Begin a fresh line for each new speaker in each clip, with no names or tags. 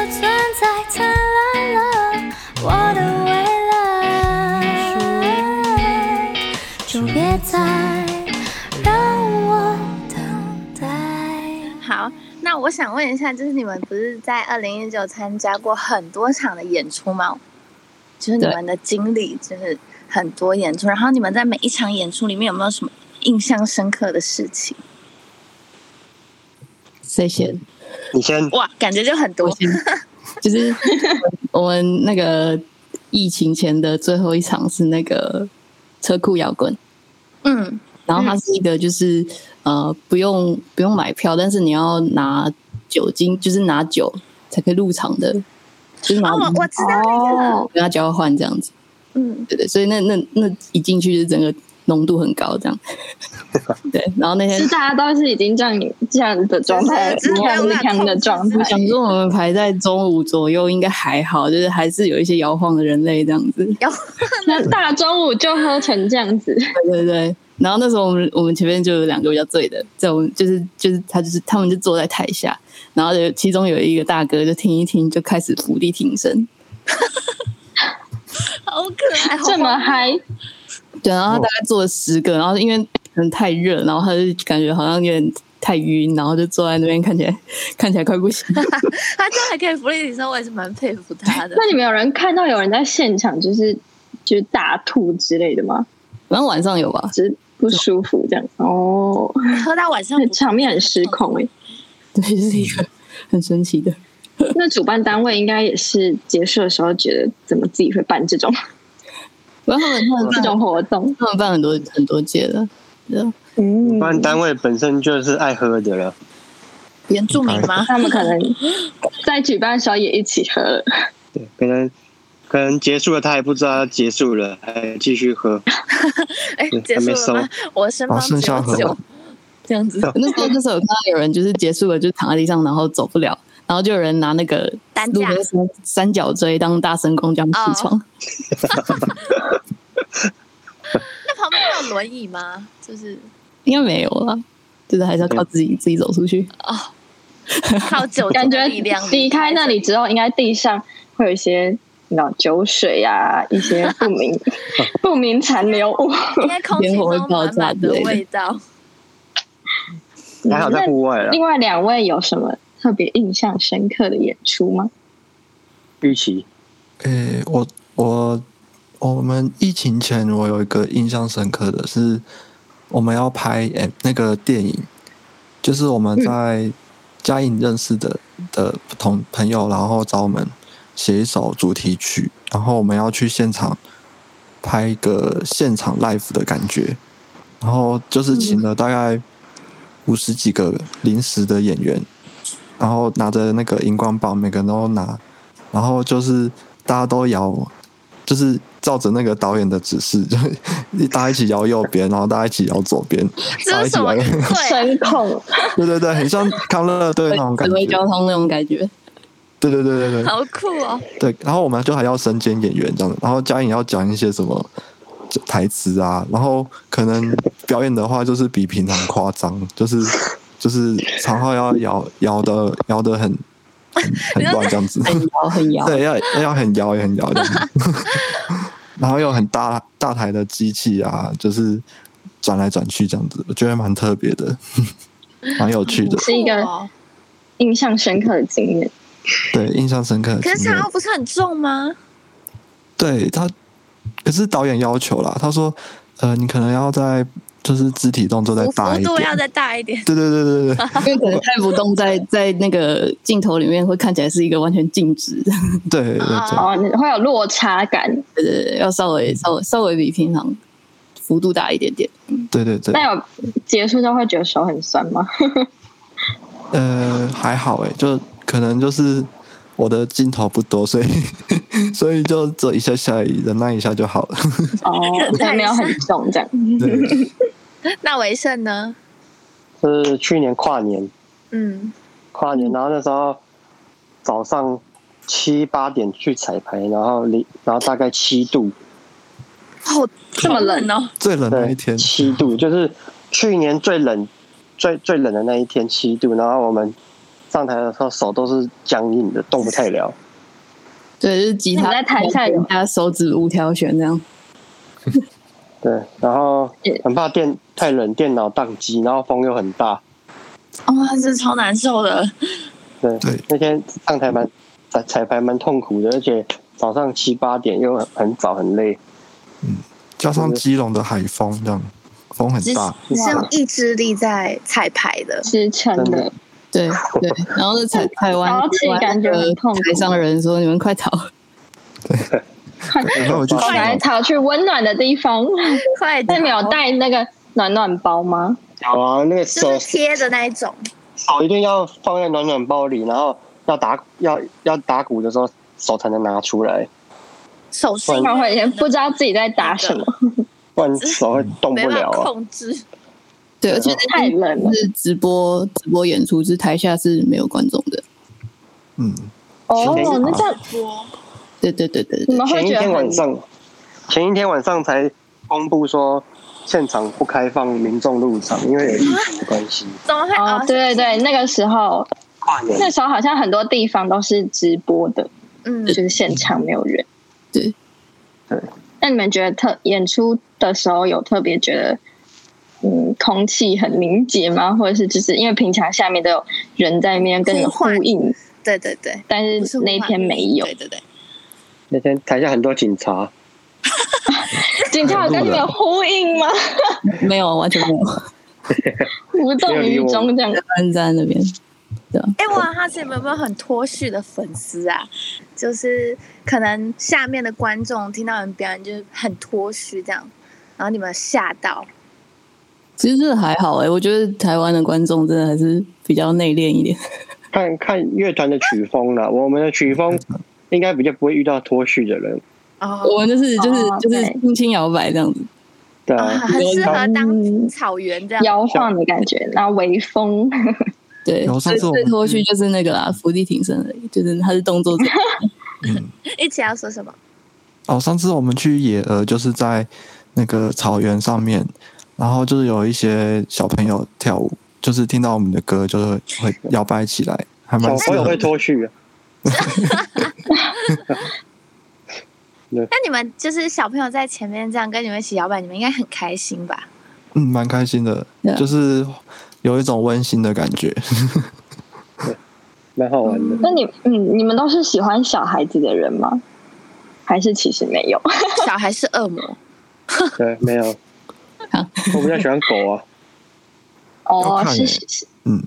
再灿烂了，我的未来，就别再让我等待。
好，那我想问一下，就是你们不是在二零一九参加过很多场的演出吗？就是你
对
们的经历，就是很多演出，然后你们在每一场演出里面有没有什么印象深刻的事情？
谁先？
你先，
哇，感觉就很
我
多。
先，就是我们 那个疫情前的最后一场是那个车库摇滚，
嗯，
然后它是一个就是、呃不用不用买票，但是你要拿酒精，就是拿酒才可以入场的，就是拿
哦，我我知道那个，
哦，
跟他交换这样子，
嗯，
对对，所以那那那一进去就是整个浓度很高这样，对，然后那天
是大家都是已经这样这样的状态了，
就是
你看
没有
你
办法
看的状态
控，
想说我们排在中午左右应该还好，就是还是有一些摇晃的人类这样子。
那大中午就喝成这样子，
对对对。然后那时候我们我们前面就有两个比较醉的，在我们就是就是他就是他们就坐在台下，然后有其中有一个大哥就听一听就开始伏地挺身，
好可爱，好
这么
荒
嗨，
对，然后他大概做了十个，然后因为可能太热，然后他就感觉好像有点太晕，然后就坐在那边看起来 看起来快不行。
谬他这还可以福利提升，我也是蛮佩服他的
那。你们有人看到有人在现场就是就是大吐之类的吗？
然后晚上有吧，
就是不舒服这样哦，
喝到晚上
那
不
场面很失控哎、
对，是一个很神奇的。
那主办单位应该也是结束的时候觉得怎么自己会办这种
然后他们他们
这种活动？
他们办很多很多届了，对啊
嗯
不，然单位本身就是爱喝的了。
原住民吗？
他们可能在举办的时候也一起喝了，
对，可能可能结束了，他还不知道他结束了，还继 续喝。
哎，
对
结
嗯还
束
没
了吗？我身旁
哦剩
只
下
有
喝
酒
了，
这样 子
那时候就是有看到有人就是结束了就躺在地上，然后走不了，然后就有人拿那个
担
路
架
边三三角锥当大神功这样起
哦
床。
那旁边有轮椅吗？就是
应该没有啦，就是还是要靠自己自己走出去。
靠 酒精
感觉
的力量
离开那里之后，应该地上会有一些。你知道酒水啊，一些不明不明残留物。
应该空气
烟火会
中
爆
满
炸
满的
之类的
味道。
还好在户外了
另。外两位有什么特别印象深刻的演出吗？
预期
诶、我我我们疫情前，我有一个印象深刻的是，我们要拍诶、那个电影，就是我们在嘉颖认识的的不同朋友，然后找我们写一首主题曲，然后我们要去现场拍一个现场 l i f e 的感觉，然后就是请了大概五十几个临时的演员，然后拿着那个荧光棒，每个人都拿，然后就是大家都摇，就是照着那个导演的指示，就是大家一起摇右边，然后大家一起摇左边，大
这
家
是
一起
什
摇
么
右
音
边，
对啊？
声控，
对对对，很像康乐队那种感
指挥
觉
交，通那种感觉，
对对对对对
好酷哦！
对。然后我们就还要身兼演员这样子，然后嘉颖要讲一些什么就台词啊，然后可能表演的话就是比平常夸张，就是 就是常浩要摇摇的摇的很很很乱这 样子。
很摇很摇。
对，要要很摇也很摇的， 然后有很大大台的机器啊，就是转来转去这样子，我觉得蛮特别的， 蛮有趣的，
是一个
酷哦
印象深刻的经验。
对，印象深刻的
可是
经验
长。不是很重吗？
对他，可是导演要求啦，他说，呃，你可能要在就是肢体动作再
幅
大
幅
一
度要
点，
再大一点。
对对对对
因
对
为可能太不动在在那个镜头里面会看起来是一个完全静止 的，
对对对对，
哦，你会有落差感。
对对对，要稍
嗯
微稍微稍微比平常幅度大一点点。
对对对，
那有结束之后会觉得手很酸吗？
呃，还好诶，就可能就是我的镜头不多，所以 所以就这一下下而已，忍耐一下就好了。
哦，对，没有很重这样。
对
那维胜呢？
是去年跨年，
嗯，
跨年，然后那时候早上七八点去彩排，然后零，然后大概七度，
哦，
这么冷
哦，
最冷那
对
一天，，
七 度就是去年最冷、最最冷的那一天七度，然后我们上台的时候手都是僵硬的，动不太了，
对，就是吉他
那你在台下有
加手指无条弦这样。
对，然后
嗯
很怕电太冷，电脑宕机，然后风又很大。
哦哇、这超难受的。
对，
对
那天上台蛮彩彩排蛮痛苦的，而且早上七八点又很很早很累。
加上基隆的海风，这样风很
只是
大，
只是用意志力在彩排的，
支撑
真
的
的。
对对，然后采采完
早起感觉很痛苦
台上的人说：“你们快逃
然后 我就
跑来逃去温暖的地方。
快
那你有
逃
带那个暖暖包吗？
好啊，那个
就
手
是贴的那一种，
手一定要放在暖暖包里，然后要打要要打鼓的时候手才能拿出来，
手势
不
然后也不知道自己在打什么，
不然手会动
没
不
办
了
法
啊。
控制。！”
对，而且
太冷了。
是直播直播演出，就是台下是没有观众的。
嗯，
哦，那这样
对对对对对，
你们会
前一
觉得
天晚
很
上，前一天晚上才公布说现场不开放民众入场，因为有疫情的关 系。
怎么会？
哦，对对对，那个时候
跨年
那时候好像很多地方都是直播的，
嗯，
就是现场没有人。
对
对。
那你们觉得特演出的时候有特别觉得，嗯，空气很凝结吗？或者是就是因为平常下面都有人在那边跟你们呼应，
对对对，
但
不
是
是
那
文
一
化
天没有
对。对对，
那天台下很多警察，
警察有跟你们呼应吗？
没有完全 没有，
无动于衷这样。
站在那边。
哎，我很好奇你们有没有很脱序的粉丝啊？就是可能下面的观众听到你们表演就是很脱序这样，然后你们吓到，
其实这还好哎、我觉得台湾的观众真的还是比较内敛一点。
看看乐团的曲风啦，我们的曲风应该比较不会遇到脱序的人，
哦，
我们就是就是
哦
就是
对
轻轻摇摆这样子。
对
啊
啊，
很适合当
嗯
草原这样。
摇晃的感觉，然后微风，
对
有，上
最
次我
最
们
脱序就是那个啦，伏地挺身而已，就是他是动 作者。
一起要说什么？
哦，上次我们去野鹅，就是在那个草原上面，嗯然后就是有一些小朋友跳舞，就是听到我们的歌，就是会会摇摆起来，还蛮
小
适
朋友
合
会。脱序，
那你们就是小朋友在前面这样跟你们一起摇摆，你们应该很开心吧？
嗯，蛮开心的
Yeah，
就是有一种温馨的感觉。
蛮好玩的。
那你嗯，你们都是喜欢小孩子的人吗？还是其实没有？
小孩是恶魔，
对，没有，我比较喜欢狗 啊，
哦
要，看
是
欸
是是，
嗯，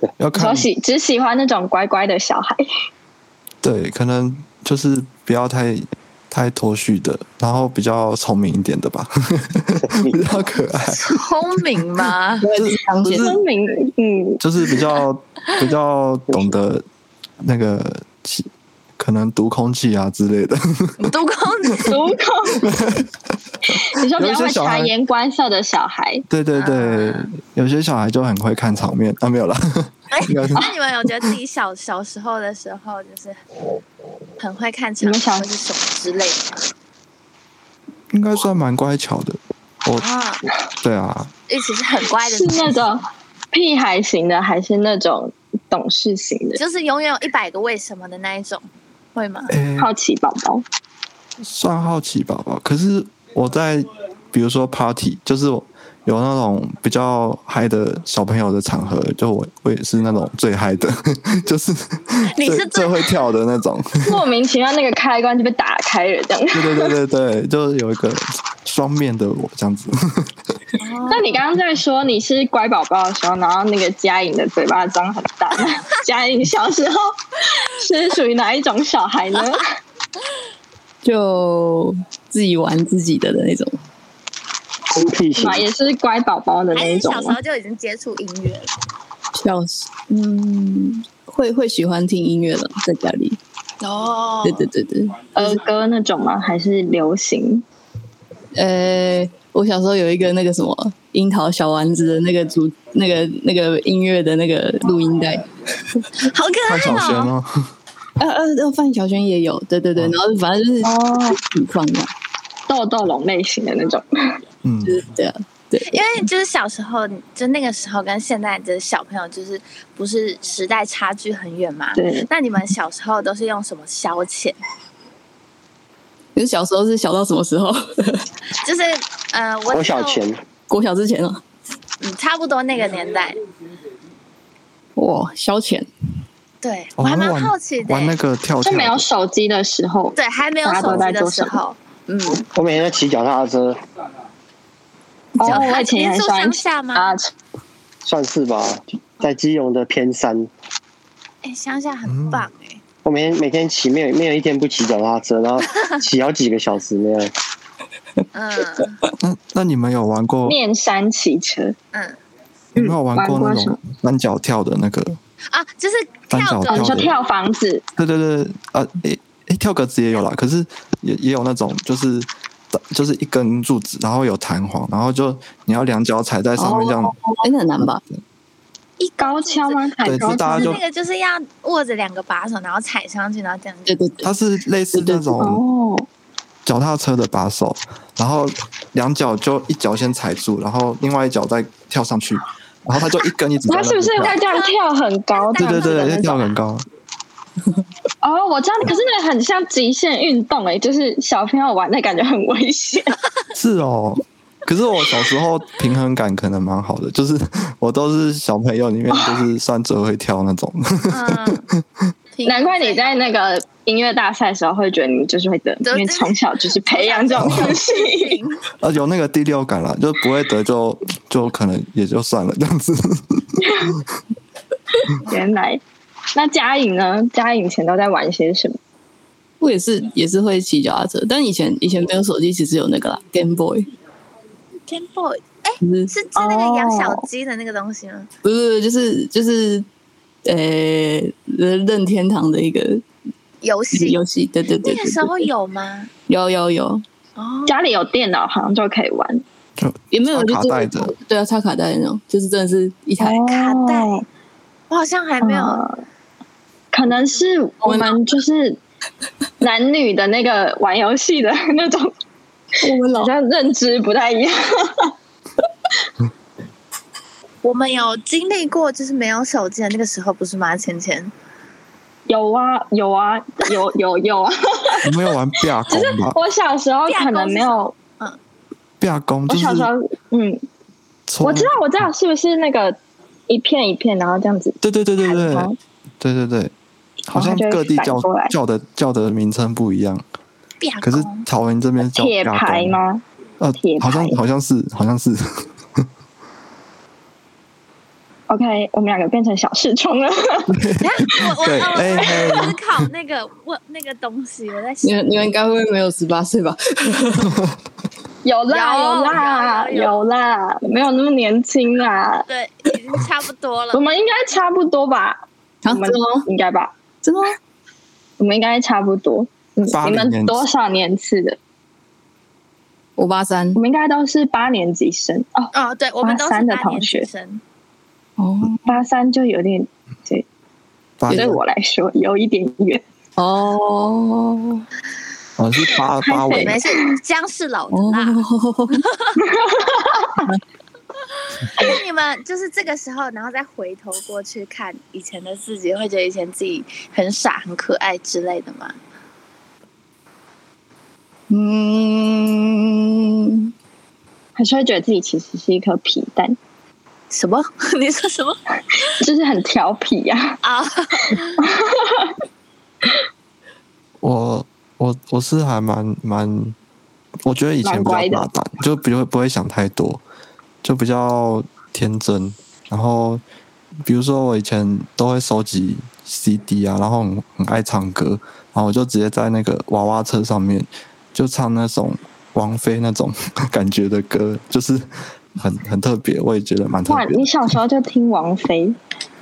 要
你说
看
喜只喜欢那种乖乖的小孩，
对，可能就是不要太太脱序的，然后比较聪明一点的吧， 比较可爱，
聪明吗？
我也是当
不
先
是
分明嗯，
就是 比较比较懂得那个气，可能读空气啊之类的。
都公子
足够。你说比
有一
较
些
会
小
察
孩
言观色的小孩，
对对对，
啊
有些小孩就很会看场面啊，没有啦，
哎，
应该是
那你们有觉得自己小小时候的时候，就是很会看场
你们
合
小
或是什么之类的
应该算蛮乖巧的。我
啊？
对啊，
一起是很乖的
是，那种屁孩型的，还是那种懂事型
嗯
的？
就是永远有一百个为什么的那一种，会吗？
诶，
好奇宝宝，
算好奇宝宝。可是我在比如说 party，就是我有那种比较嗨的小朋友的场合，就我我也是那种最嗨的， 就是
你是
最最会跳的那种。
莫名其妙那个开关就被打开了，这样。
对对对对对，就是有一个双面的我这样子。
那你刚刚在说你是乖宝宝的时候，然后那个嘉颖的嘴巴张很 大，嘉颖小时候是属于哪一种小 孩呢？
就自己玩自己的的那种。
孤僻
是
型
吗？也是乖宝宝的
还
那
是
一
你
种啊
小时
吗
候？就已经接触音乐了？
小时嗯，会会喜欢听音乐了，在家里。
哦
对对对对，
儿歌那种吗？还是流行？
呃，我小时候有一个那个什么樱桃小丸子的那个主那个那个音乐的那个录音带，
好可
范晓
爱
萱
哦！
哦，
呃呃，呃范晓萱也有，对对对，然后反正就是
哦，
自己放的，
豆豆龙类型的那种。
嗯
就，是这样。对，啊
因为就是小时候，就那个时候跟现在的小朋友，就是不是时代差距很远嘛？
对，
那你们小时候都是用什么消遣？
你是小时候是小到什么时候？
就是呃，我
我小
就
钱，
国小之前哦，
嗯，差不多那个年代。
哇，消遣，
对，
我
我还
们
蛮
玩
好奇的、
哦
欸
玩那个跳
就
跳的，
没有手机的时候，
对，还没有
大家
手
都
机
在
的
做
时
什么？
候，嗯，
我每天都骑脚踏车，
哦，
脚
我
踏
以前也很
你是
喜
住乡
欢
下吗？
啊，
算是吧，在基隆的偏山，
哎、乡下很棒哎、
我每天每天骑，没有没有一天不骑脚踏车，然后骑好几个小时那样。
嗯
那那你们有玩过？
面山骑车，
嗯
你们有玩
玩
过
过
那
什
种
么
单脚跳的那个？
啊，
嗯
就是
单
跳
脚
格
跳
你
子
说跳房子，
对对对，啊，诶诶，跳格子也有啦，可是也也有那种就是就是一根柱子，然后有弹簧，然后就你要两脚踩在上面这样，
哎，那很难吧？
一高跷吗？
对
弹高
是大
就是
跷
家就
那个就是要握着两个把手，然后踩上去，然后这样子。
对对对，
它是类似
对对
那种
哦，
脚踏车的把手，然后两脚就一脚先踩住，然后另外一脚再跳上去，然后它就一根一直在
他
那
是不
边
是
跳
会这样跳很高？
对对
这样
对，
子的
要
那
跳
种
很高，
哦，我知道，可是那个很像极限运动诶、就是小朋友玩那感觉很 危险。
是哦。可是我小时候平衡感可能蛮好的，就是我都是小朋友里面就是算最会跳那种。
嗯，挺
难怪你在那个音乐大赛的时候会觉得你就是会得，
得
因为从小就是培养这种东 西。
啊，有那个第六感啦，就不会得就就可能也就算了这样子。
原来，那嘉颖呢？嘉颖以前都在玩些什么？
我也是也是会骑脚踏车，但以前以前没有手机，其实有那个啦，Game Boy，
Game Boy 哎
就是
是是那个养小鸡的那个东西吗？
不是不是就是就是呃任天堂的一个
游戏
游戏，对对对，
那
对
个时候
对
有吗？
有有有，
哦，
家里有电脑好像就可以玩。
就
也没有
插
就
卡
是
带的，
对啊，插卡带的那种，就是真的是一台
卡带我哦好像还没有。
呃可能是我们就是男女的那个玩游戏的那种
我们老
好像认知不太一样。
我们有经历过，就是没有手机的那个时候，不是吗？芊芊，
有啊，有啊，有有有啊！
你没有玩壁弓吧？
我小时候可能没有，
壁弓
我
就是
小时候嗯，
搓
我知道，我知道，是不是那个一片一片，然后这样子
对对对对对
弹它
对对对，好像各地
然后它就会
叫
反过来
叫的叫的名称不一样，
变
可是
工
草原这边叫壁
铁牌
弓？
吗？
呃
铁，牌
好像好像是好像是，
OK，我们两个变成小视虫 了。
我我
对
我
哎哎
我思考那个问呃那个东西，我在
你
想，
们你们该不会没有十八岁吧？
有啦，
有
有啦，
有有
有啦，没有那么年轻啦。
对，已经差不多了
我。们应该差不多吧？
啊，
我
真
们
的吗？
应该吧？
真的吗？
我们应该差不多。嗯
80
你们
年
多少年次的？
我八三
我们应该都是八年级生哦，
哦，对，我们都是八
八三的
年
同
级
学
生，
哦
八三就有点
八
对我来说有一点远。
哦
哦是八
拍
八
谁
尾
没事，姜是老的啦。
哦，
那你们就是这个时候，然后再回头过去看以前的自己，会觉得以前自己很傻、很可爱之类的吗？
嗯，
还是会觉得自己其实是一颗皮蛋，
什么？ 你说什么
就是很调皮呀、
啊？
我我我是还蛮蛮，我觉得以前比较
蛮乖的
大胆，就不会不会想太多，就比较天真。然后比如说我以前都会收集 CD 啊，然后很很爱唱歌，然后我就直接在那个娃娃车上面就唱那种王菲那种 感觉的歌，就是很很特别，我也觉得蛮特
哇，
别
你
的。
小时候就听王菲，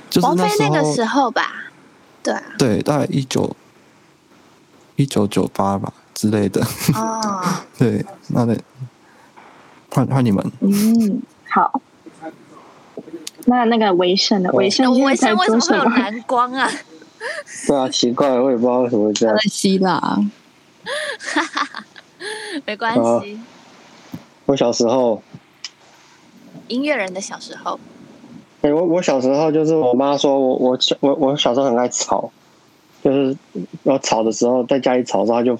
就是
王菲
时
那个
候
时，候吧，对 啊，
对，大概一九一九九八吧之类的。
哦，
对，那得换换你们，
嗯，好。那那个维生
哦
的维生
纹
现在
身
在
为什
做
么
什
会有
么？
蓝光啊？
对啊，奇怪，我也不知道为什么会这
他
样
在。希腊，啊
没关系，
我小时候，
音乐人的小时候，
哎、我我小时候就是我妈说我我小我我小时候很爱吵，就是要吵的时候在家里吵的时候，她就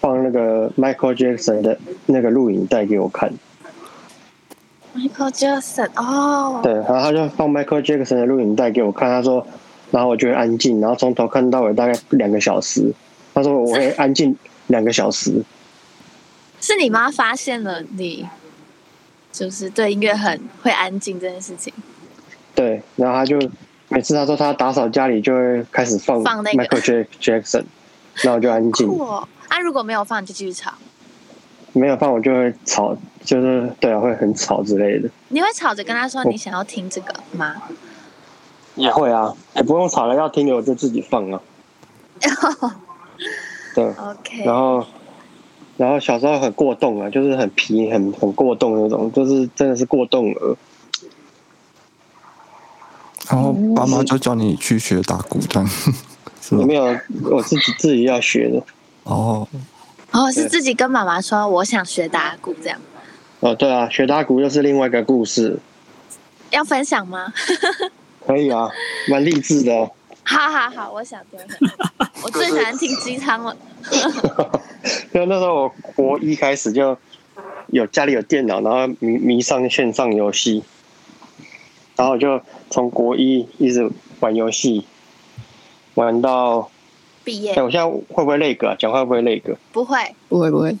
放那个 Michael Jackson 的那个录影带给我看，
Michael Jackson 哦，
对，然后他就放 Michael Jackson 的录影带给我看，他说，然后我就会安静，然后从头看到尾大概两个小时，他说我会安静两个小时，
是你妈发现了你，就是对音乐很会安静这件事情。
对，然后他就每次他说他打扫家里就会开始放
放那个
Michael Jack- Jackson，然后我就安静，
酷哦！啊，如果没有放，你就继续吵。
没有放我就会吵，就是对啊会很吵之类的，
你会吵着跟他说你想要听这个吗？
也会啊，也不用吵了，要听的我就自己放 啊，对，
OK，
然后，然后小时候很过动啊，就是很皮、很很过动那种，就是真的是过动儿。
然后爸妈就叫你去学打鼓，这样 是
有
吗
没？有我自己自己要学的？
哦，
哦，是
对
自己跟妈妈说我想学打鼓这样，
哦，对啊，学打鼓又是另外一个故事，
要分享吗？
可以啊，蛮励志的、哦。
好好好，我想听。我最喜欢听鸡汤了。
就那时候我国一开始就有家里有电脑，然后迷迷上线上游戏，然后我就从国一一直玩游戏，玩到
毕业
哎、我现在会不会累格、啊？讲话会不会累格？
不会，
不会不会，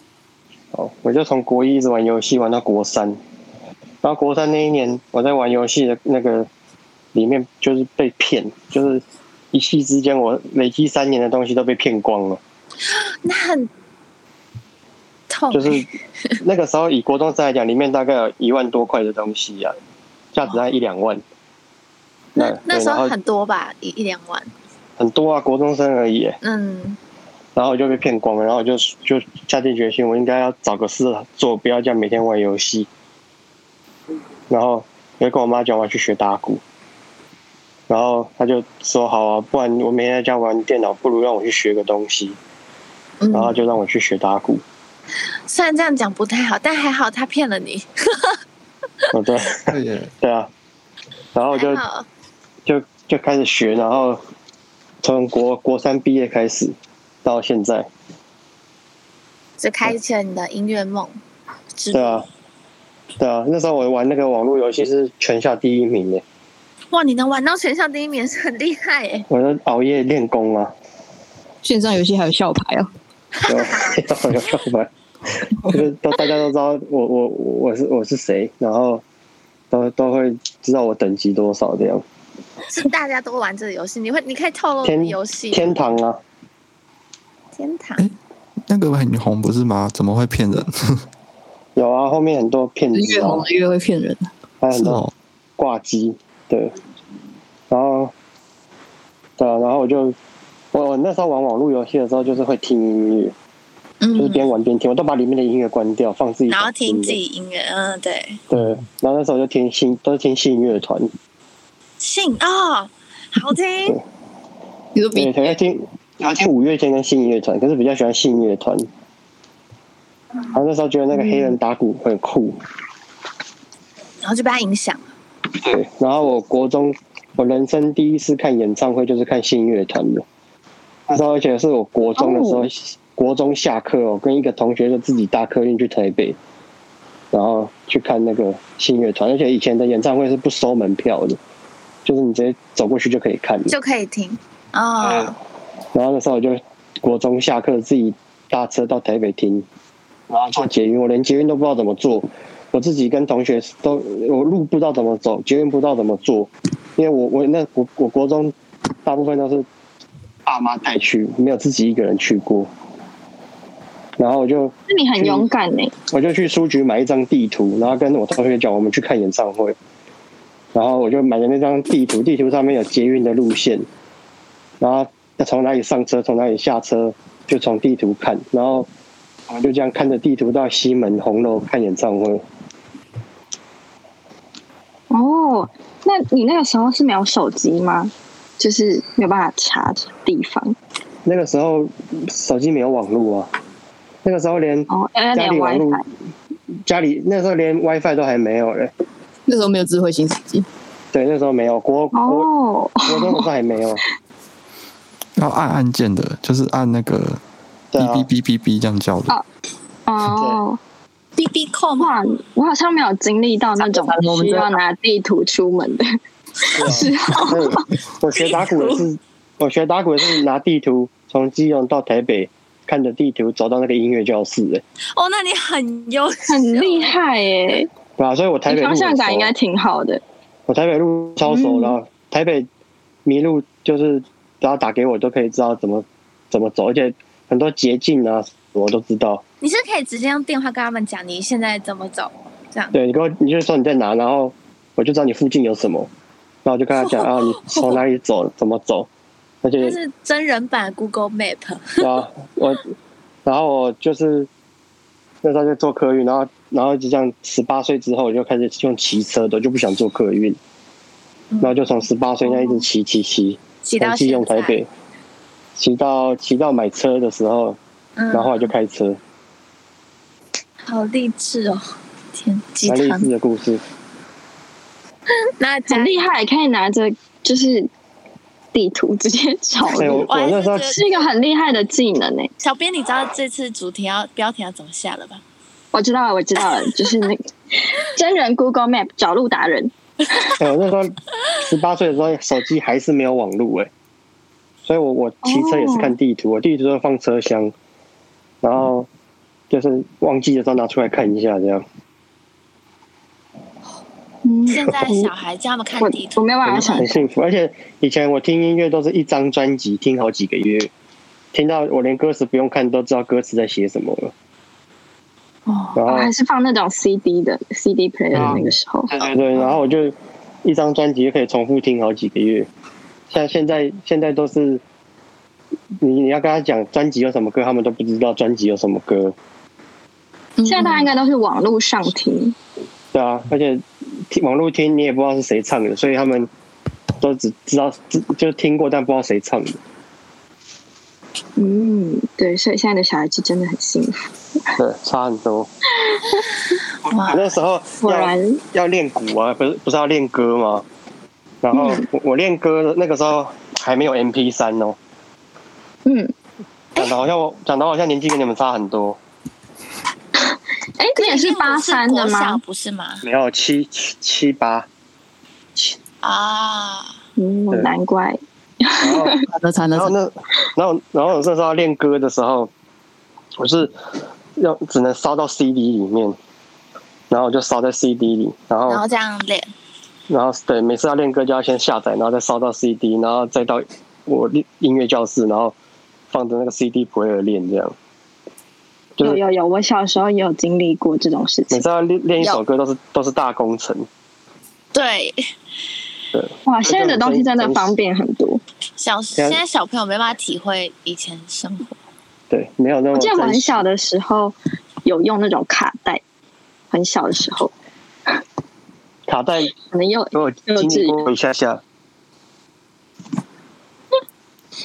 哦，我就从国一一直玩游戏玩到国三，然后国三那一年我在玩游戏的那个里面就是被骗，就是一夕之间我累积三年的东西都被骗光了，
那很痛欸。
就是那个时候以国中生来讲，里面大概有一万多块的东西啊，价值大概一两万。
哦那那
对
时
然
候
后
很多吧，一一两万。
很多啊，国中生而已耶，
嗯，
然后我就被骗光了，然后我就就下定决心，我应该要找个事做，不要这样每天玩游戏。然后我就跟我妈讲，我要去学打鼓。然后她就说：“好啊，不然我每天在家玩电脑，不如让我去学个东西。”然后她就让我去学打鼓。
嗯虽然这样讲不太好，但还好他骗了你，
哦，对，
对耶，
对啊。然后我就
还好。
就就开始学，然后从国国三毕业开始到现在，
就开启了你的音乐梦。是
对啊，对啊。那时候我玩那个网络游戏是全校第一名耶。
哇，你能玩到全校第一名是很厉害哎、
我就熬夜练功啊，
线上游戏还有校牌哦，
有有有干嘛？就是都大家都知道我我我是我是谁，然后都都会知道我等级多少这样。
是大家都玩这个游戏，你会哦你可以透露
天
游戏
天嗯堂啊，
天堂
哎那个很红不是吗？怎么会骗人？
有啊，后面很多骗子
越
啊
红，的越会骗人。啊
还有很
是
多
哦，
挂机，对，然后对啊，然后我就我我那时候玩网络游戏的时候，就是会听音乐，就是
嗯，
边玩边听，我都把里面的音乐关掉，放自己
然后
想
听
的
自己音乐，嗯，对，
对，然后那时候就听信都是听信乐团，
信哦，好听，
你说
对，
比
想要听，想要听五月天跟信乐团，可是比较喜欢信乐团。然后那时候觉得那个黑人打鼓很酷，
然后就被他影响了。
对。然后我国中，我人生第一次看演唱会就是看信乐团的，那时候而且是我国中的时候，国中下课哦，跟一个同学就自己搭客运去台北，然后去看那个信乐团，而且以前的演唱会是不收门票的，就是你直接走过去就可以看的。
就可以听哦，
然后那时候我就国中下课自己搭车到台北听，然后坐捷运，我连捷运都不知道怎么坐，我自己跟同学都我路不知道怎么走，捷运不知道怎么坐，因为我我那我我国中大部分都是爸妈带去，没有自己一个人去过。然后我就
那你很勇敢呢、
我就去书局买一张地图，然后跟我同学讲我们去看演唱会，然后我就买了那张地图，地图上面有捷运的路线，然后要从哪里上车，从哪里下车，就从地图看，然后我就这样看着地图到西门红楼看演唱会，
嗯
哦，那你那个时候是没有手机吗？就是没有办法查地方
那个时候手机没有网络啊，那个时候连
哦，要
家
连
里网络
WiFi。
家里那时候连 WiFi 都还没有嘞，
那时候没有智慧型手机，
对，那时候没有，国国
哦，
国中的时候还没有。
要按按键的，就是按那个
对
哔
啊，
哔哔哔哔这样叫的。
哦，
B B 扣嘛，
哇，我好像没有经历到那种需要拿地图出门的
是
时候。
对啊，嗯我学打鼓也 是，我学打鼓也是拿地图从基隆到台北，看着地图走到那个音乐教室、欸，
哦，那你很优 秀，
很厉害耶、
对啊，所以我台
你
北路
方
很
向感应
熟
该嗯挺好的。
我台北路超熟，然后台北迷路就是只要打给我都可以知道怎么怎么走，而且很多捷径啊我都知道。
你是可以直接用电话跟他们讲你现在怎么走，这样。
对你跟我，你就说你在哪，然后我就知道你附近有什么，然后我就跟他 讲啊，你从哪里走，怎么走，而且
这是真人版的 Google Map，
啊，我然后我就是那时候就做客运，然后然后就这样，十八岁之后我就开始用骑车的，我就不想做客运，然后就从十八岁那一直骑骑骑。
嗯骑
从
到
基
现
隆
在。
台北，骑到骑到买车的时候，
嗯，
然后后来就开车，
好励志哦，天，鸡
蛮励
汤
志。的故事。
那
很
家
厉害，可以拿着就是地图直接找
对
路，
哎我我那时候
我还是觉
是一个很厉害的技能欸诶、
小编，你知道这次主题要标题要怎么下了吧？
我知道了，我知道了， 就是那个真人 Google Map 找路达人，
哎，我那时候十八岁的时候，手机还是没有网路哎、所以我我骑车也是看地图，我地图都放车厢，然后就是忘记的时候拿出来看一下这样。
嗯，
现在小孩叫他们看
我
地图
我，没有办法想
很，幸福，而且以前我听音乐都是一张专辑听好几个月，听到我连歌词不用看都知道歌词在写什么了。
哦，
然
我
后
还是放那种 CD 的 CD player
嗯
的那个时候，
对对对，然后我就一张专辑就可以重复听好几个月。像现在现在都是，你你要跟他讲专辑有什么歌，他们都不知道专辑有什么歌，
嗯
现
现在大家应该都是网络上听，
对啊，而且听网络听你也不知道是谁唱的，所以他们都只知道只就听过，但不知道谁唱的。
嗯，对，所以现在的小孩子真的很幸福，
对，差很 多。
哇
我，那时候
果
要
然
要练鼓啊，不是不是要练歌吗？然后我我练歌的那个时候还没有 MP 三哦，
嗯，
讲的好像我讲的好像年纪跟你们差很多。
哎，你也是八三的
国小
吗？
不是吗？
没有七七七八，
啊，
嗯，
对
难怪，
然后
惨了惨了
然后
惨了，
那然后然后我那时候练歌的时候，我是要只能烧到 CD 里面，然后我就烧在 CD 里，然后
然后这样练，
然后对每次要练歌就要先下载，然后再烧到 CD，然后再到我音乐教室，然后放着那个 CD 不会练这样。就
有
是
有有，我小时候也有经历过这种事
每
情，
次要练练一首歌都是都是大工程，
对，
对，
哇，现在的东西真的方便很多。
小现在小朋友没办法体会以前生活，
对，没有那么
我记得我
珍
很
惜
小的时候有用那种卡带，很小的时候
卡带
可能有
给我经历过一下下，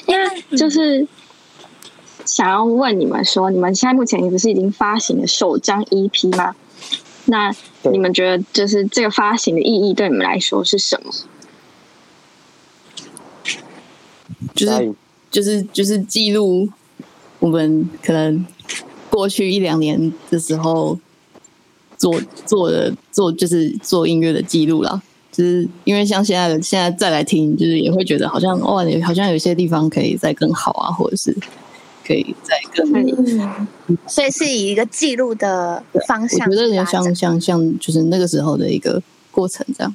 那嗯就是想要问你们说，你们现在目前你不是已经发行了首张 EP 吗？那
对
你们觉得就是这个发行的意义对你们来说是什么？
就
答
是
应
就是就是记录我们可能过去一两年的时候做做的做就是做音乐的记录啦。就是因为像现在的现在再来听，就是也会觉得好像哇，有好像有些地方可以再更好啊，或者是可以再更。
嗯
嗯所以是以一个记录的方
我
向
觉得有
去
点
发展，
像像像就是那个时候的一个过程这样。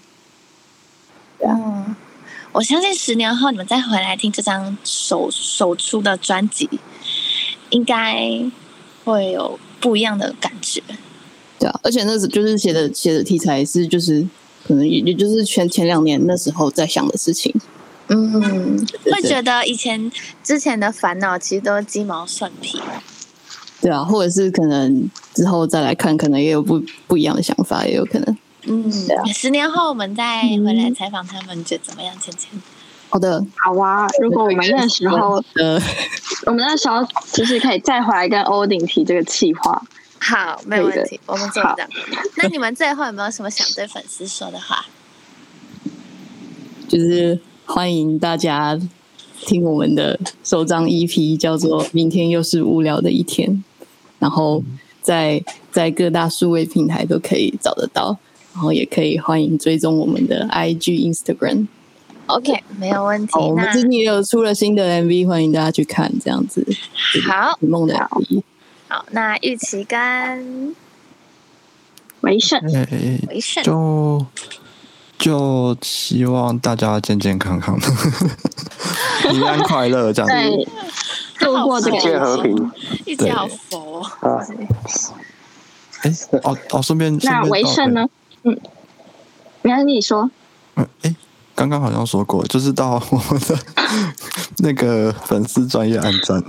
嗯，我相信十年后你们再回来听这张首首出的专辑，应该会有不一样的感觉。
对啊，而且那时就是写的写的题材是就是可能也也就是前前两年那时候在想的事情，
嗯，会
对
觉得以前之前的烦恼其实都是鸡毛蒜皮。
对啊，或者是可能之后再来看，可能也有不不一样的想法，也有可能。
嗯
对啊，
十年后我们再回来采访他们，你觉得怎么样？芊芊，
好的，
好啊，如果我们那时候，
呃，
我们那时候就是可以再回来跟欧鼎提这个计划，
好，没有问题，我们做
好
得到。那你们最后有没有什么想对粉丝说的话？
就是欢迎大家听我们的首张 EP，叫做《明天又是无聊的一天》，然后在在各大数位平台都可以找得到，然后也可以欢迎追踪我们的 IG、Instagram。
OK，没有问题。
哦，我们
那
最近也有出了新的 MV，欢迎大家去看，这样子。
好
梦的 MV，
好，那玉琪跟
没事，
哎、
维胜，
就就希望大家健健 康康，平安快乐这样
在
子。
度过这个
世
疫
界和
情。
平
玉琪
对
好佛哦、
啊！
哎、哦哦，顺便顺
那
便
维
到
胜呢？嗯，没关系，你说。
嗯，哎，刚刚好像说过，就是到我们的那个粉丝专业按赞，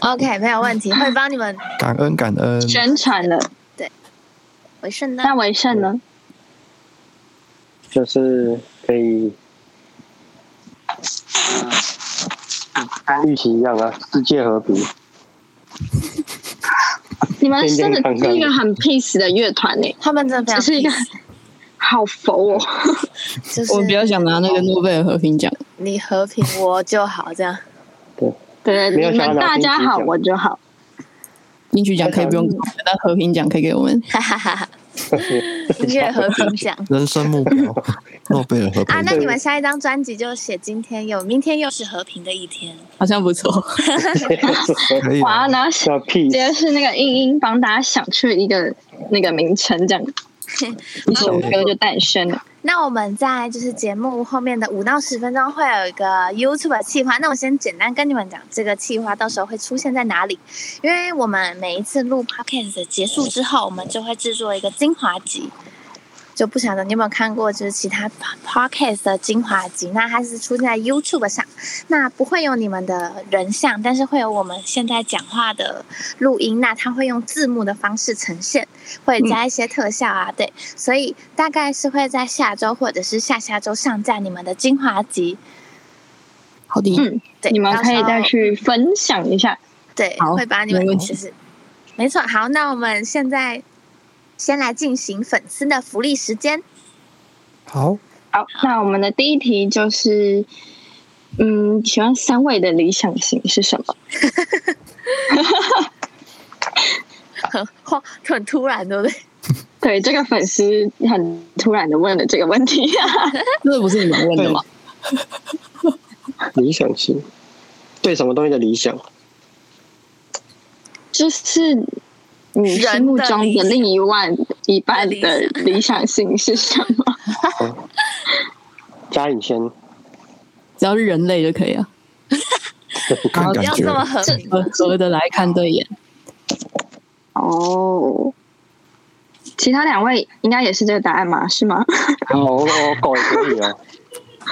OK，没有问题，会帮你们
感恩感恩。
宣传了，
维胜呢。
那维胜呢？
就是可以，
嗯
呃跟预期一样啊，世界 和平。
你们真的
健健康康
是一个很 peace 的乐团呢，
他们真的非常
只是一个好佛哦。
就是
我比较想拿那个诺贝尔和平奖。
你和平我就好这 样。
对，
没有
你
想要
们
拿
大家
金曲
好，
奖
我就好。
金曲奖可以不用给我们，但和平奖可以给我们。
哈哈哈哈！音乐和平奖
人生目标，诺贝尔和平
啊，那
奖
你们下一张专辑就写今天有，明天又是和平的一天。
好像不错。
可以啊
哇，然后直
叫 peace，
接是那个英英帮大家想出一个那个名称， 这样一首歌就诞生了。
那我们在就是节目后面的五到十分钟会有一个 YouTube 的企划，那我先简单跟你们讲这个企划到时候会出现在哪里，因为我们每一次录 Podcast 结束之后，我们就会制作一个精华集。就不晓得你有没有看过，就是其他 podcast 的精华集，那它是出现在 YouTube 上，那不会有你们的人像，但是会有我们现在讲话的录音，那它会用字幕的方式呈现，会加一些特效啊，对，所以大概是会在下周或者是下下周上架你们的精华集，
好的，
嗯，
对，
你们
到时
可以
候
再去分享一下。
对，
好
会把你们
没问题
就是没错。好，那我们现在先来进行粉丝的福利时间。
好，
好，那我们的第一题就是，嗯，请问三位的理想型是什么？
很 哇，很突然，对不对？
对，这个粉丝很突然的问了这个问题、
这不是你们问的吗？
理想型，对什么东西的理想？
就是你心目中的另一半一半的
人
理想型是什么？
嘉颖先，
只要是人类就可以了，
看
不
感
要
觉
这。么和平。
合合得来看对眼。
哦，其他两位应该也是这个答案吗？是吗？
然后我我狗也可 以哦，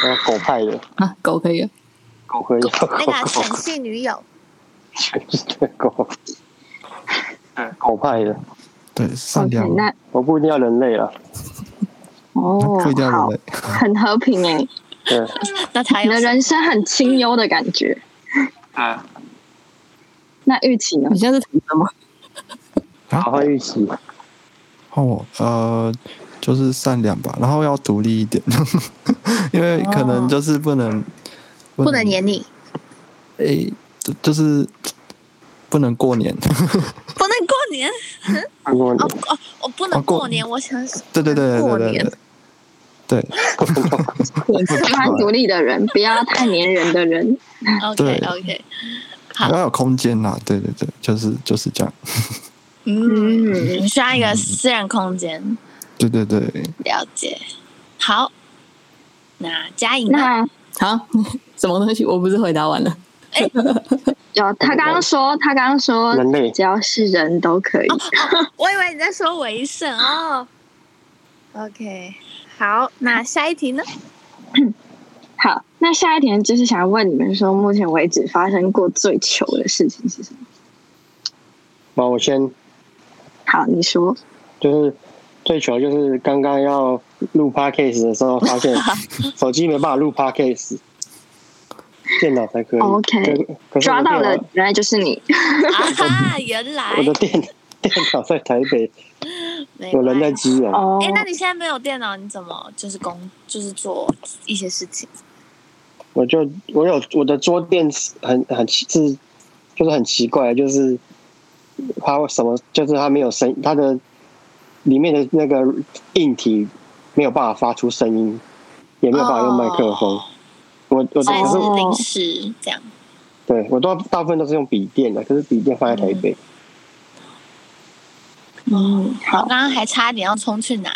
我狗派的
啊，狗可以了，
狗可以，狗
那个
狗
犬系女友，
对狗，对狗派的，
对，善良
OK，，那
我不一定要人类啊，
哦，
不一定要
好
人，类。
很和平 哎、
嗯
对，
那他
你
有
的人生很清幽的感觉。那玉琪呢
你？现在是躺着吗？
好换预期，
换我，呃，就是善良吧，然后要独立一点，因为可能就是不能
不能黏你，
诶、就就是不能过年。
不能过年
如果
哦哦，我不能
哦过
过年，我想说
对对对
过
对对
年
对。对，
喜欢独立的人，不要太粘人的 人。
OK
对
OK，好
要有空间呐，对对对，就是就是这样，
嗯，你需要一个私人空间，
对对对，
了解。好，那佳颖呢，
那
啊， 什么东西？我不是回答完了。
有呃他刚刚说，他刚刚说，
人类
只要是人都可以。
我以为你在说维胜哦。OK，好，那下一题呢？
好，那下一点就是想问你们说，目前为止发生过最糗的事情是什么？
好，我先
好，你说。
就是最糗，就是刚刚要录 podcast 的时候，发现手机没办法录 podcast，电脑才可以。
OK
可可是我
抓
的
到
电
了
脑，，
原来就是你。
啊哈，原来
我的电 电脑在台北，
没
我人在啊
关系。
基隆。
哦
哎，那你现在没有电脑，你怎么就是工就是做一些事情？
我就我有我的桌垫是很很奇是就是很奇怪，就是它为什么就是它没有声，它的里面的那个硬体没有办法发出声音，也没有办法用麦克风。我我
所以
可是
是
哦
零食这样。
对我都大部分都是用笔电的，可是笔电放在台北，
嗯，
我
好，
刚刚还差一点要冲去拿，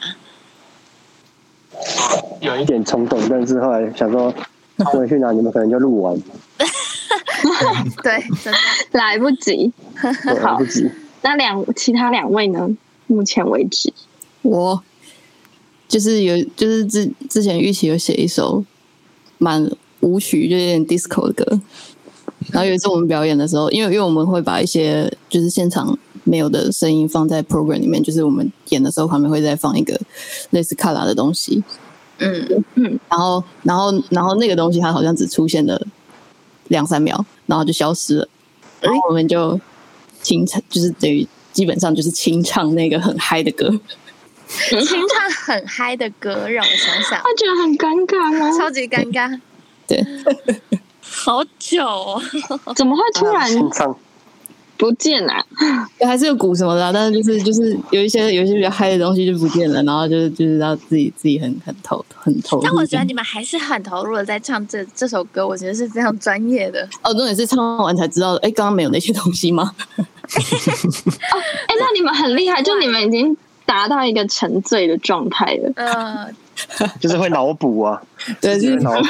有一点冲动，但是后来想说。回去拿，你们可能就录完，
对，真的
来不及。
对来不及。
那两其他两位呢？目前为止，
我就是有，就是之之前玉琪有写一首蛮舞曲，就有点 disco 的歌。然后有一次我们表演的时候，因为因为我们会把一些就是现场没有的声音放在 program 里面，就是我们演的时候旁边会再放一个类似卡拉的东西。
嗯，
然后然后然后那个东西它好像只出现了两三秒，然后就消失了。然后我们就清唱，就是等于基本上就是清唱那个很嗨的歌。
清唱很嗨的歌，让我想想，
他觉得很尴尬啊吗？
超级尴尬，
对，
好久、哦，
怎么会突然
清唱，
不见 啊？
还是有鼓什么的啊、但是就是就是有一些有一些比较嗨的东西就不见了，然后就是就是要自己自己很很投很投入。
但我觉得你们还是很投入的在唱这这首歌，我觉得是非常专业的。
哦，重点是唱完才知道，哎，刚刚没有那些东 西吗？
哎、那你们很厉害，就你们已经达到一个沉醉的状态了。
呃，
就是会脑补啊，
对，就
就是是脑补。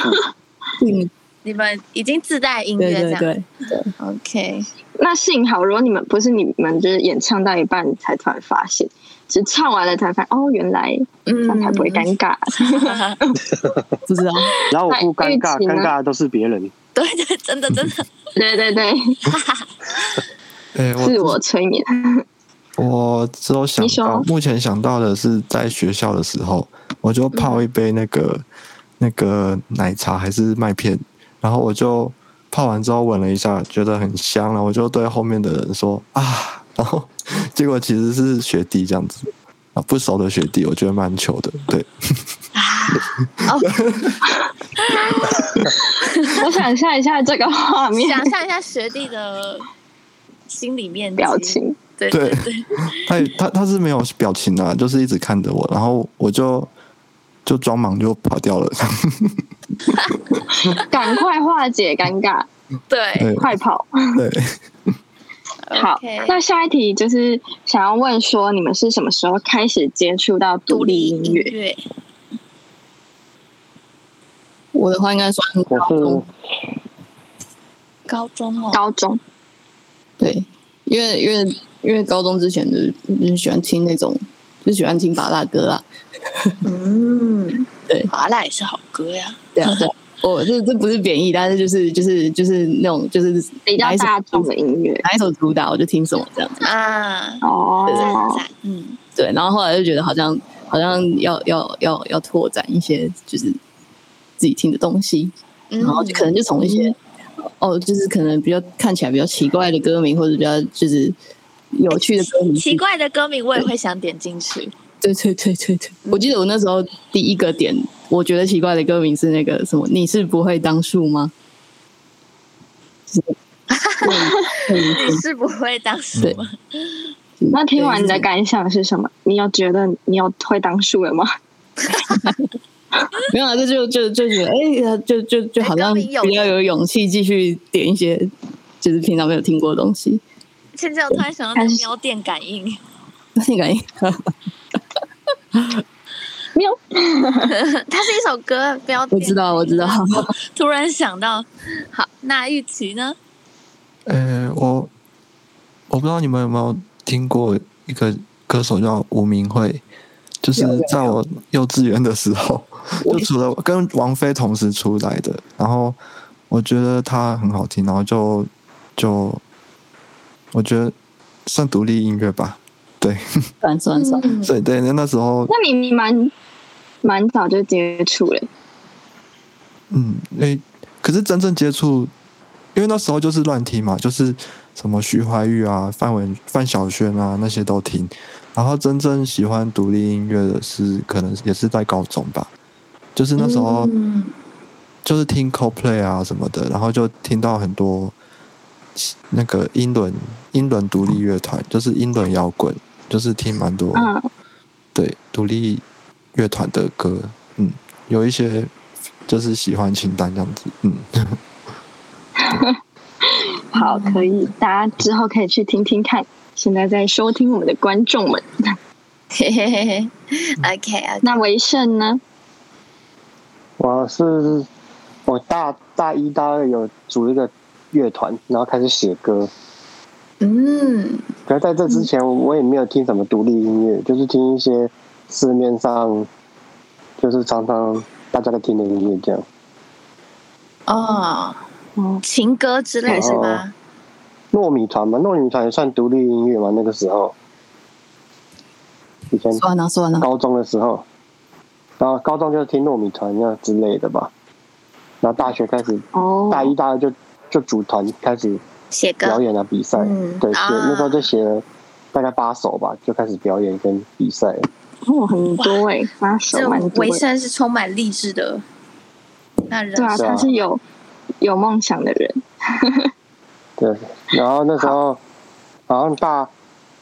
嗯，
你们已经自带音乐
对
这
对
样
对，
o k
那幸好，如果你们不是你们就是演唱到一半才突然发现，只唱完了才发现，哦，原来这
嗯
样才不会尴尬。
不知道。
然后我不尴尬，
那玉琴呢
尴尬的都是别人。
对对，真的真的，
对对对，
哎、
自
我
我催眠。
我只有想
你
到
说，
目前想到的是在学校的时候，我就泡一杯那个、那个奶茶还是麦片，然后我就泡完之后闻了一下，觉得很香，然后我就对后面的人说啊，然后 结果其实是学弟这样子。啊，不熟的学弟，我觉得蛮糗的。对，
我想象一下这个画面
想象一下学弟的心里面
表，情，
对
对
对，
他也他他是没有表情啊，就是一直看着我，然后我就就装忙就跑掉了。
赶快化解尴尬，
对
对
快跑！
对，
好
OK
那下一题就是想要问说，你们是什么时候开始接触到独立音乐？
乐，
我的话应该算
我
高中
是
高中哦，
高中
对，因为因为因为高中之前就是就是喜欢听那种，就喜欢听八大歌啊。
嗯，
对
麻辣也是好歌呀，
对啊， 对啊我这这不是贬义，但是就是就是就是那种就是
比较
哪一首
大众的音乐
哪一首主打我就听什么这样子。
啊，
哦。
赞，嗯，
对，然后后来就觉得好像好像要要要要拓展一些就是自己听的东西，
然
然后就可能就从一些、
嗯
哦，就是可能比较看起来比较奇怪的歌名，或者比较就是有趣的歌名，
奇怪的歌名我也会想点进去，
对对对对对，我记得我那时候第一个点，我觉得奇怪的歌名是那个什么？你是不会当树吗？ 就是对
你是不会当什么？
那听完你的感想是什么？你有觉得你有会当树了吗？
没有啊，这就就就觉得哎、就就就好像
哎歌名有
比较有勇气继续点一些就是平常没有听过的东西，
倩倩，我突然想到那个喵电感应，
那你感觉
喵，
它是一首歌，不要
我知道我知道，
突然想到，好，那玉琪呢？
呃，我我不知道你们有没有听过一个歌手叫吴明慧，就是在我幼稚园的时候，就除了跟王菲同时出来的，然后我觉得她很好听，然后就就我觉得算独立音乐吧，对，
算算算，
嗯
所以对，那那时候
那你你蛮蛮早就接触了，
嗯，诶、可是真正接触，因为那时候就是乱听嘛，就是什么徐怀钰啊、范文、范晓萱啊那些都听，然后真正喜欢独立音乐的是，可能也是在高中吧，就是那时候，
嗯
就是听 CoPlay 啊什么的，然后就听到很多那个英伦英伦独立乐团，就是英伦摇滚，就是听蛮多、
嗯
对独立乐团的歌，嗯，有一些就是喜欢清单这样子，嗯，
好，
嗯
可以，大家之后可以去听听看。现在在收听我们的观众们，
嘿嘿嘿嘿，OK OK，
那维胜呢？
我是我大大一大二有组一个乐团，然后开始写歌。
嗯，
可是在这之前，我也没有听什么独立音乐，就是听一些市面上就是常常大家在听的音乐这样。
哦，
哦，
情歌之类是吗？
糯米团嘛，糯米团也算独立音乐嘛，那个时候，以前
算了算了，
高中的时候，然后高中就是听糯米团那之类的吧，然后大学开始，
哦，
大一大二就就组团开始
写歌
表，演啊比赛，
嗯
对，写
啊
那时候就写了大概八首吧，就开始表演跟比赛了。
哦，很多哎，八首
这
蛮多
维
的。
生是充满励志的，那人
对啊，
是啊
他是有有梦想的人。
对，然后那时候好像大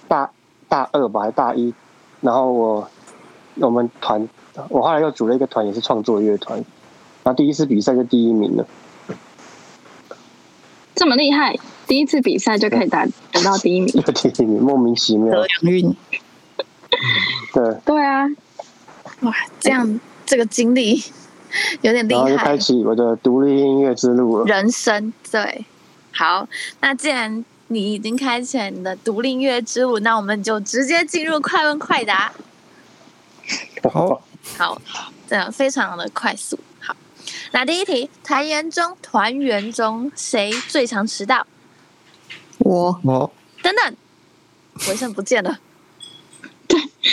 大大二吧，还大一，然后我我们团，我后来又组了一个团，也是创作乐团，然后第一次比赛就第一名了，
这么厉害，第一次比赛就可以打得到第一名。
又第一名，莫名其妙
得。洋运
对，
对啊，
哇，这样这个经历 有点厉
然后就
害
开，启我的独立音乐之路了。
人生对。好，那既然你已经开启了你的独立音乐之路，那我们就直接进入快问快答。
好，
好，这样非常的快速。好，那第一题，团员中团员中谁最常迟到？
我
我
等等，维胜不见了，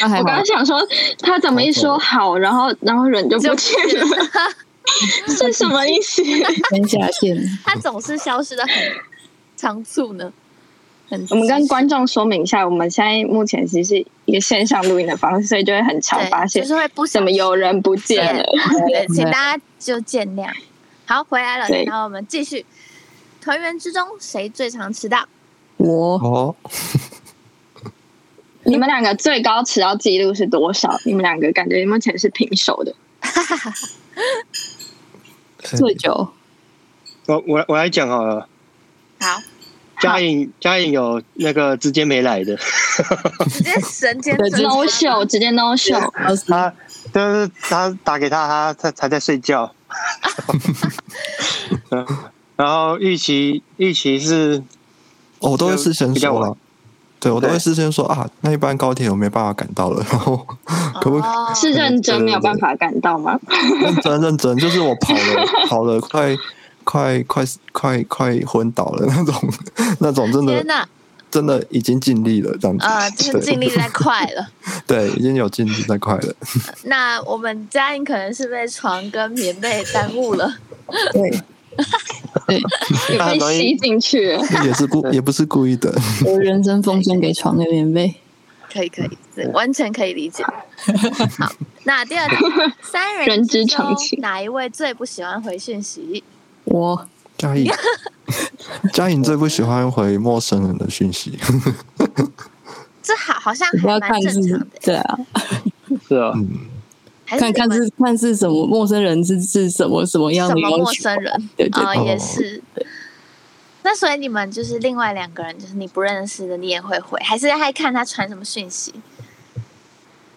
那还
我刚
好
刚，想说他怎么一说好，然后然后人就不见了，是什么意思？
先下线，
他总是消失的很 仓促呢。很
我们跟观众说明一下，我们现在目前其实是一个线上录音的方式，所以就会很常
对
发现
就是会不小
怎么有人不见了。
对，请大家就见谅。好，回来了，
对
然后我们继续。团员之中谁最常迟到？哦
我
我
你们两个最高迟到记录是多少？你们两个感觉目前是平手的。
最久，
我我我来讲好了，
好，
嘉颖嘉颖有那个之间没来的，
直接神间
对
转
no show，直接 no show，
二十
他就是他打给他，他他才在睡觉。 嗯然后预期预期是
哦我都会事先
比较
说
晚
了，对我都会
对
事先说啊，那一班高铁我没办法赶到了，然后可不可以
哦，
是认真没有办法赶到吗？
认真认真，就是我跑了跑了快快快快快昏倒了那种， 那种真
天
的
哪，
真的已经尽力了这样子，
呃，就是尽力在快了。
对，对，已经有尽力在快乐。
那我们嘉颖可能是被床跟棉被耽误了，
对，对，
你被吸进去了，
也 是故也不是故意的，
我人生奉献给床的棉被，
可以可以，这完全可以理 解。好，那第二题，三人
人之
之
常
中
情
哪一位最不喜欢回讯息？
我
嘉颖，嘉颖最不喜欢回陌生人的讯息，
这好好像
不
还
要
蛮
看
正
是
常的，
对啊，
是啊，
还是
看
你
看
们
是看是什么陌生人是是什么什么样
什
的
么
要
陌
求
生人
对对
啊、
对
也
哦
是。那所以你们就是另外两个人，就是你不认识的，你也会回，还是还看他传什么讯息？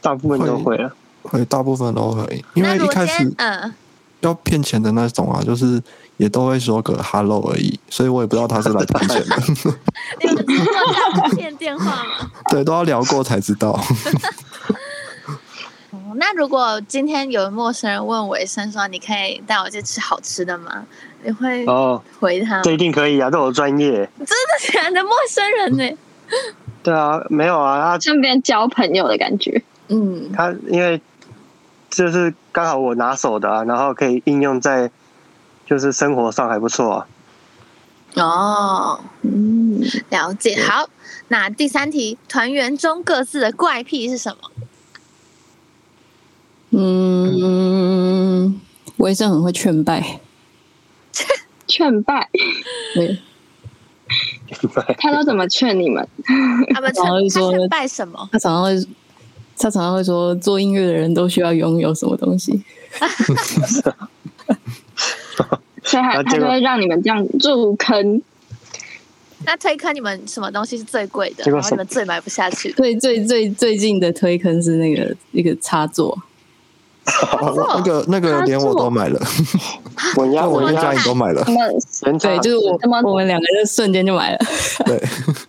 大部分都会了。啊
回大部分都回，因
那
为
如
一
果
开
今
始
天嗯，
要骗钱的那种啊，就是也都会说个 hello 而已，所以我也不知道他是来骗钱的，
你们听过诈骗电话吗？
对，都要聊过才知道。
哦那如果今天有陌生人问我一声说：“你可以带我去吃好吃的吗？”你会
哦，
嗯
回他吗？
这一定可以啊，这我专业。
真的假的？陌生人呢、
对啊，没有啊，
顺便交朋友的感觉。
嗯，
他他因为就是刚好我拿手的啊，然后可以应用在就是生活上还不错啊。
哦，
嗯，
了解。好，那第三题，团员中各自的怪癖是什么？
嗯，我也是很会劝败，
劝败，
对，
他都怎么劝你们？
他们
然后
劝
就说
他劝拜什么？
他常常会，他常常会说，做音乐的人都需要拥有什么东西。
所以他
那
他
结
就
果
会让你们这样入坑，
那推坑你们什么东西是最贵的，
结果
然后
什
你
么
们最买不下去的？
最最最最近的推坑是那个一个插座，
那个那个连我都买了，
啊
我家
那 我
我
跟
家
嘉颖都买了
他，们
人
对，就是我
怎么
我们两个就瞬间就买了，
对，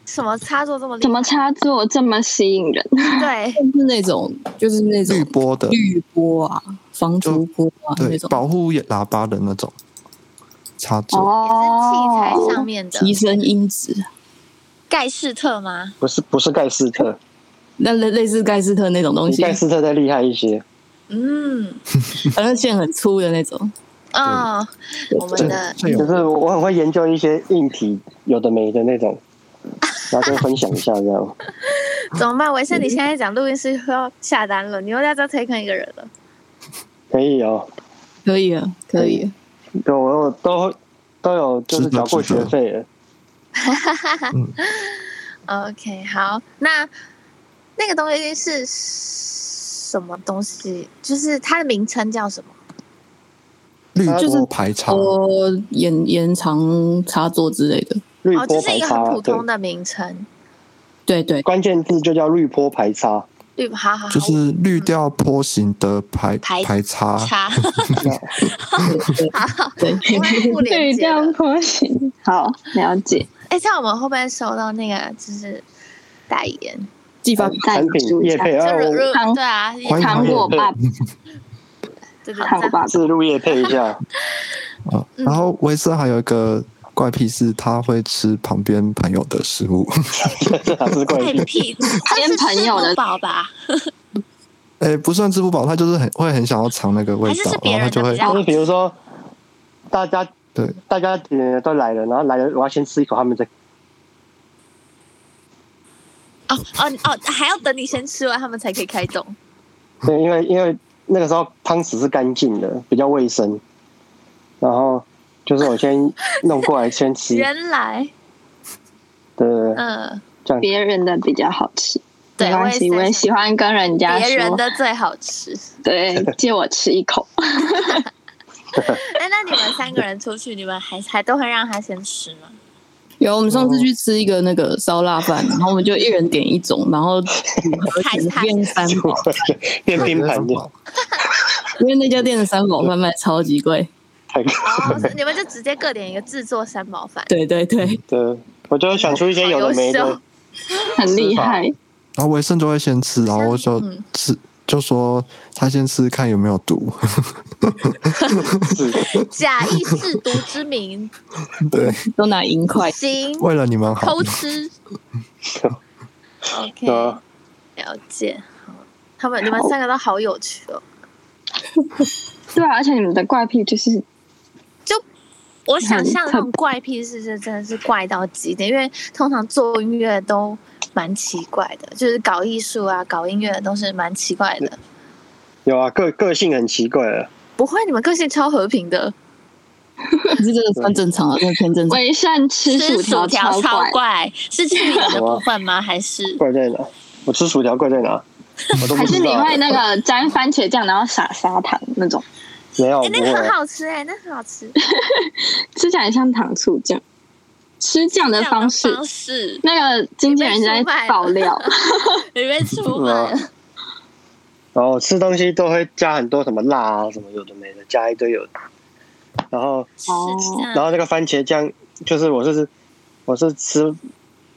什么插座这么厉
怎
害？
么插座这么吸引人？
对，
是那种就是那种
绿波的，
滤波啊、防除波啊那
对，
种
保护喇叭的那种插座，
也是器材
哦，
上面的
提升音质，
盖世特吗？
不是不是盖斯特，
那类类似盖斯特那种东
比
西
盖，斯特再厉害一些。
嗯
反正线很粗的那种。
嗯，我们的
这
就
有
是我很会研究一些硬体有的没的那种，然后就分享一下这样。
怎么办？维生，你现在讲录音师要下单了，你又要再推坑一个人了。
可以哦，
可以啊，可以啊，
对我有都都有就是
值得
缴过
值得
学费了。
OK，好，那那个东西是什么东西？就是它的名称叫什么？
绿
就是
波排插，
哦，延延长插座之类的。
绿
哦，
波
就是
排
一个很
插，
普
对，
通的名称。
对对，
关键字就叫绿波排插。
绿，好好好，
就是滤掉坡形的排
排
排
我，
插
啊
查，
对 对对
我们不
对，
连
这
接
样
了。
不行。好，了解，
哎，这样我们会不会收到那个就是代言？
技法
再
产品
注意一
业
下。
配，
就
哎，
如
我
如
糖
对啊，也
欢迎
糖果爸爸，
对对
糖果
对，
爸爸，
自录业配一下。
啊，
嗯
然后维斯还有一个怪癖是，他会吃旁边朋友的食物。
这还是怪
太
癖，
屁， 他是
兼朋友
吃
的
不饱吧？
哎、不算吃不饱，他就是很会很想要尝那个味
还是
道
是，
然
别
后他
人的
就会
比较
就是比如说，大家
对
大家呃都来了，然后来了，我要先吃一口，他们再
哦哦哦，还要等你先吃完，他们才可以开动。
对，因为因为那个时候汤匙是干净的，比较卫生。然后就是我先弄过来先 吃，对
原来，
对对，
嗯，
这样
别人的比较好吃。
对
没关系，
我
我
也是
也喜欢跟人家
别人
说，
的最好吃。
对，借我吃一口。
哎，那你们三个人出去，你们还还都会让他先吃吗？
有，我们上次去吃一个那个烧腊饭，然后我们就一人点一种，然后组合起来变三宝，
变冰盘的，
因为那家店的三宝饭卖超级贵。
太高
哦，你们就直接各点一个制作三毛饭。
对对对，
对，我就想出一些有的没
好优
的
秀，
很厉害，
然后维生就会先吃，然后我就吃，
嗯
就说他先吃看有没有毒，
是
假意试毒之名，
对，
都拿银块。
行，
为了你们好
偷，吃。OK，
呃
了解。好他们你们三个都好有趣哦。
对啊，而且你们的怪癖就是
我想象
很
那种怪癖是是真的是怪到极点，因为通常做音乐都蛮奇怪的，就是搞艺术啊、搞音乐的都是蛮奇怪的。
有啊，个个性很奇怪的，
不会，你们个性超和平的，
可是这个算正常了，这个偏正常。
为善吃薯条超
超
怪，
怪，是去你的部分吗？还是
怪在哪？我吃薯条怪在哪？我都不
还是
知
你
道。
会那个沾番茄酱然后撒砂糖那种，
没有，
哎、那
不
个很
会。
好吃哎、那很好吃。
吃起来像糖醋酱。吃酱的
这
方
样
式
的，方 式
那个经纪人在爆 料，
里面出卖了。
然后吃东西都会加很多什么辣啊，什么有的没的，加一堆有的。然后，
哦
是这样
然后那个番茄酱，就是我是我是吃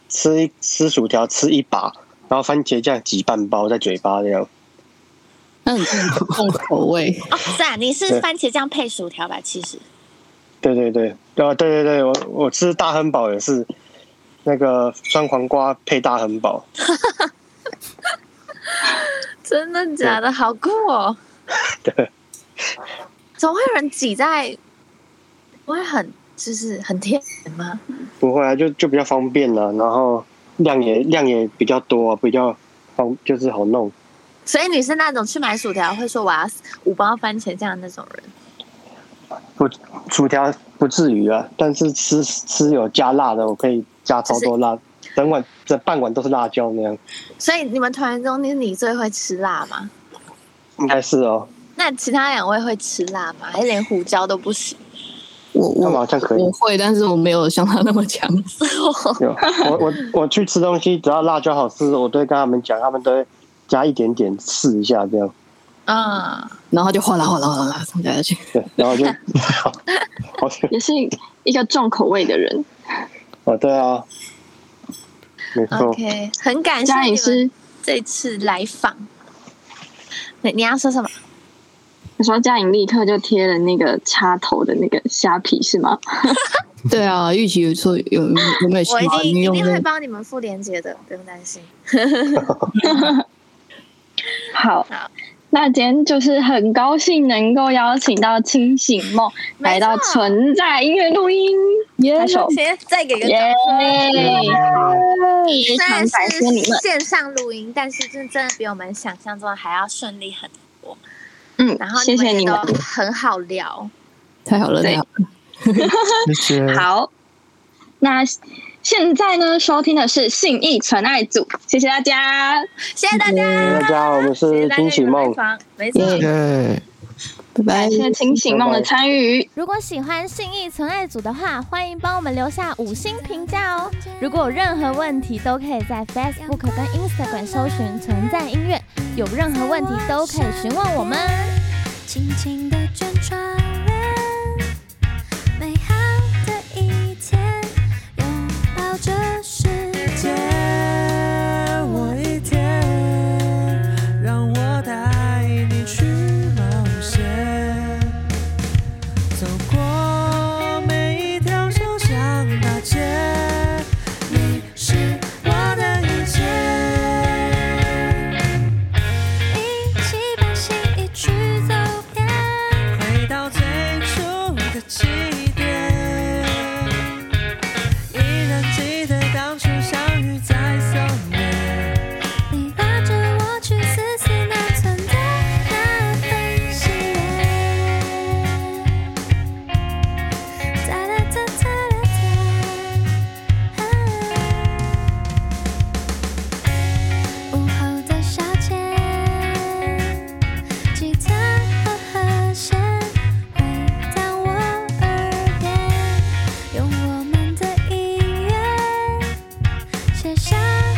吃一吃薯条吃一把，然后番茄酱挤半包在嘴巴这样。
那很重重口味，
哦，是啊，你是
对
番茄酱配薯条吧？其实
对对对，啊对对对，我我吃大汉堡也是那个酸黄瓜配大汉堡，
真的假的？好酷哦！
对，
总会有人挤在，不会很就是很甜吗？
不会啊，就就比较方便了、然后量也量也比较多、啊比较方就是好弄。
所以你是那种去买薯条会说我要五包番茄酱的那种人，
我薯条不至于啊，但是吃吃有加辣的，我可以加超多辣，整碗整半碗都是辣椒那样，
所以你们团员中，你你最会吃辣吗？
应该是哦。
那其他两位会吃辣吗？还是连胡椒都不行？
我
那
我
么好像可以
我。会，但是我没有像他那么强。
有我我我去吃东西，只要辣椒好吃，我都会跟他们讲，他们都会加一点点试一下这样。
嗯，
然后就哗啦哗啦哗啦冲下去。
对，然 后就，好
也是一个重口味的人。
哦，对啊，没错。
OK，很感谢
嘉颖
你们
是，
这次来访。你你要说什么？
你说嘉颖立刻就贴了那个插头的那个虾皮是吗？
对啊，玉琪说有有有没有喜
我一
欢
定一
用
定
那
会帮你们附链接的，不用担心。
好
好，
那今天就是很高兴能够邀请到清醒梦
没错
来到存在音乐录音，拍手，
先再给个掌
耶！
声虽
非常感
然
谢你
是
们，
线上录音，但是真真的比我们想象中还要顺利很多。
嗯
然后
谢谢
你
你
们
们
也，都很好聊。
太好了，
对
太好了，
谢谢。
好。那现在呢，收听的是信义纯爱组，谢谢大家，
谢谢大家，
大家，我们
谢谢
是
大家
惊喜梦
有来。访，没错。
嗯
耶
耶。
拜拜
哎
感。谢清醒梦的参与。
如果喜欢信义存爱组的话，欢迎帮我们留下五星评价哦。如果有任何问题，都可以在 Facebook 跟 Instagram 搜寻“存在音乐”，有任何问题都可以询问我们。
轻轻地卷窗帘，美好的一天，拥抱这世界。
借我一天，让我带你去冒险，走过每一条小巷大街，你是我的一切。
一起把心意去走遍，
回到最初的起点，依然记得当初相遇在松烟。
你拉着我去思思那存在
啊
那份喜悦。哒啦哒哒啦哒，
啊
午后的小街，吉他和和弦回荡我耳边，用我们的音乐。写下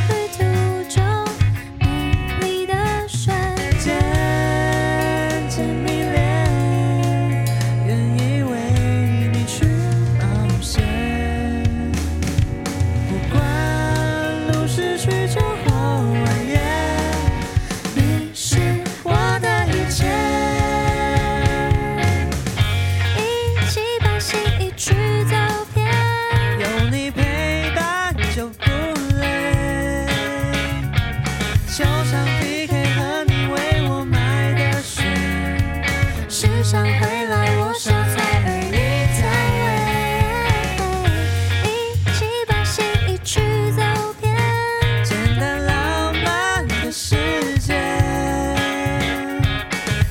旅途中美丽的瞬
渐
间。
渐迷恋，愿意为你去冒险。不管路是曲折或蜿蜒，你是我的一切。
一起把心意去走遍，
有你陪伴就不累，就像 PK 和你为我买的水，时常回来我
手
手
才
才
而
而
你
已
在
在为。
为。一起把心意去走遍，
简单浪漫的世界。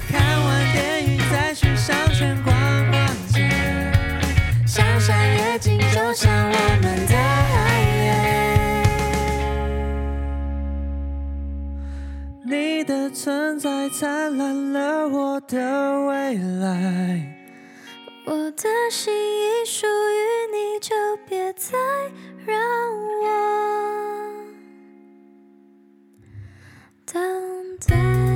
看完电影再去商圈逛逛街，香山夜景就像我们的爱恋。你的存在灿烂了我的未来。
我的心已属于你，就别再让我等待。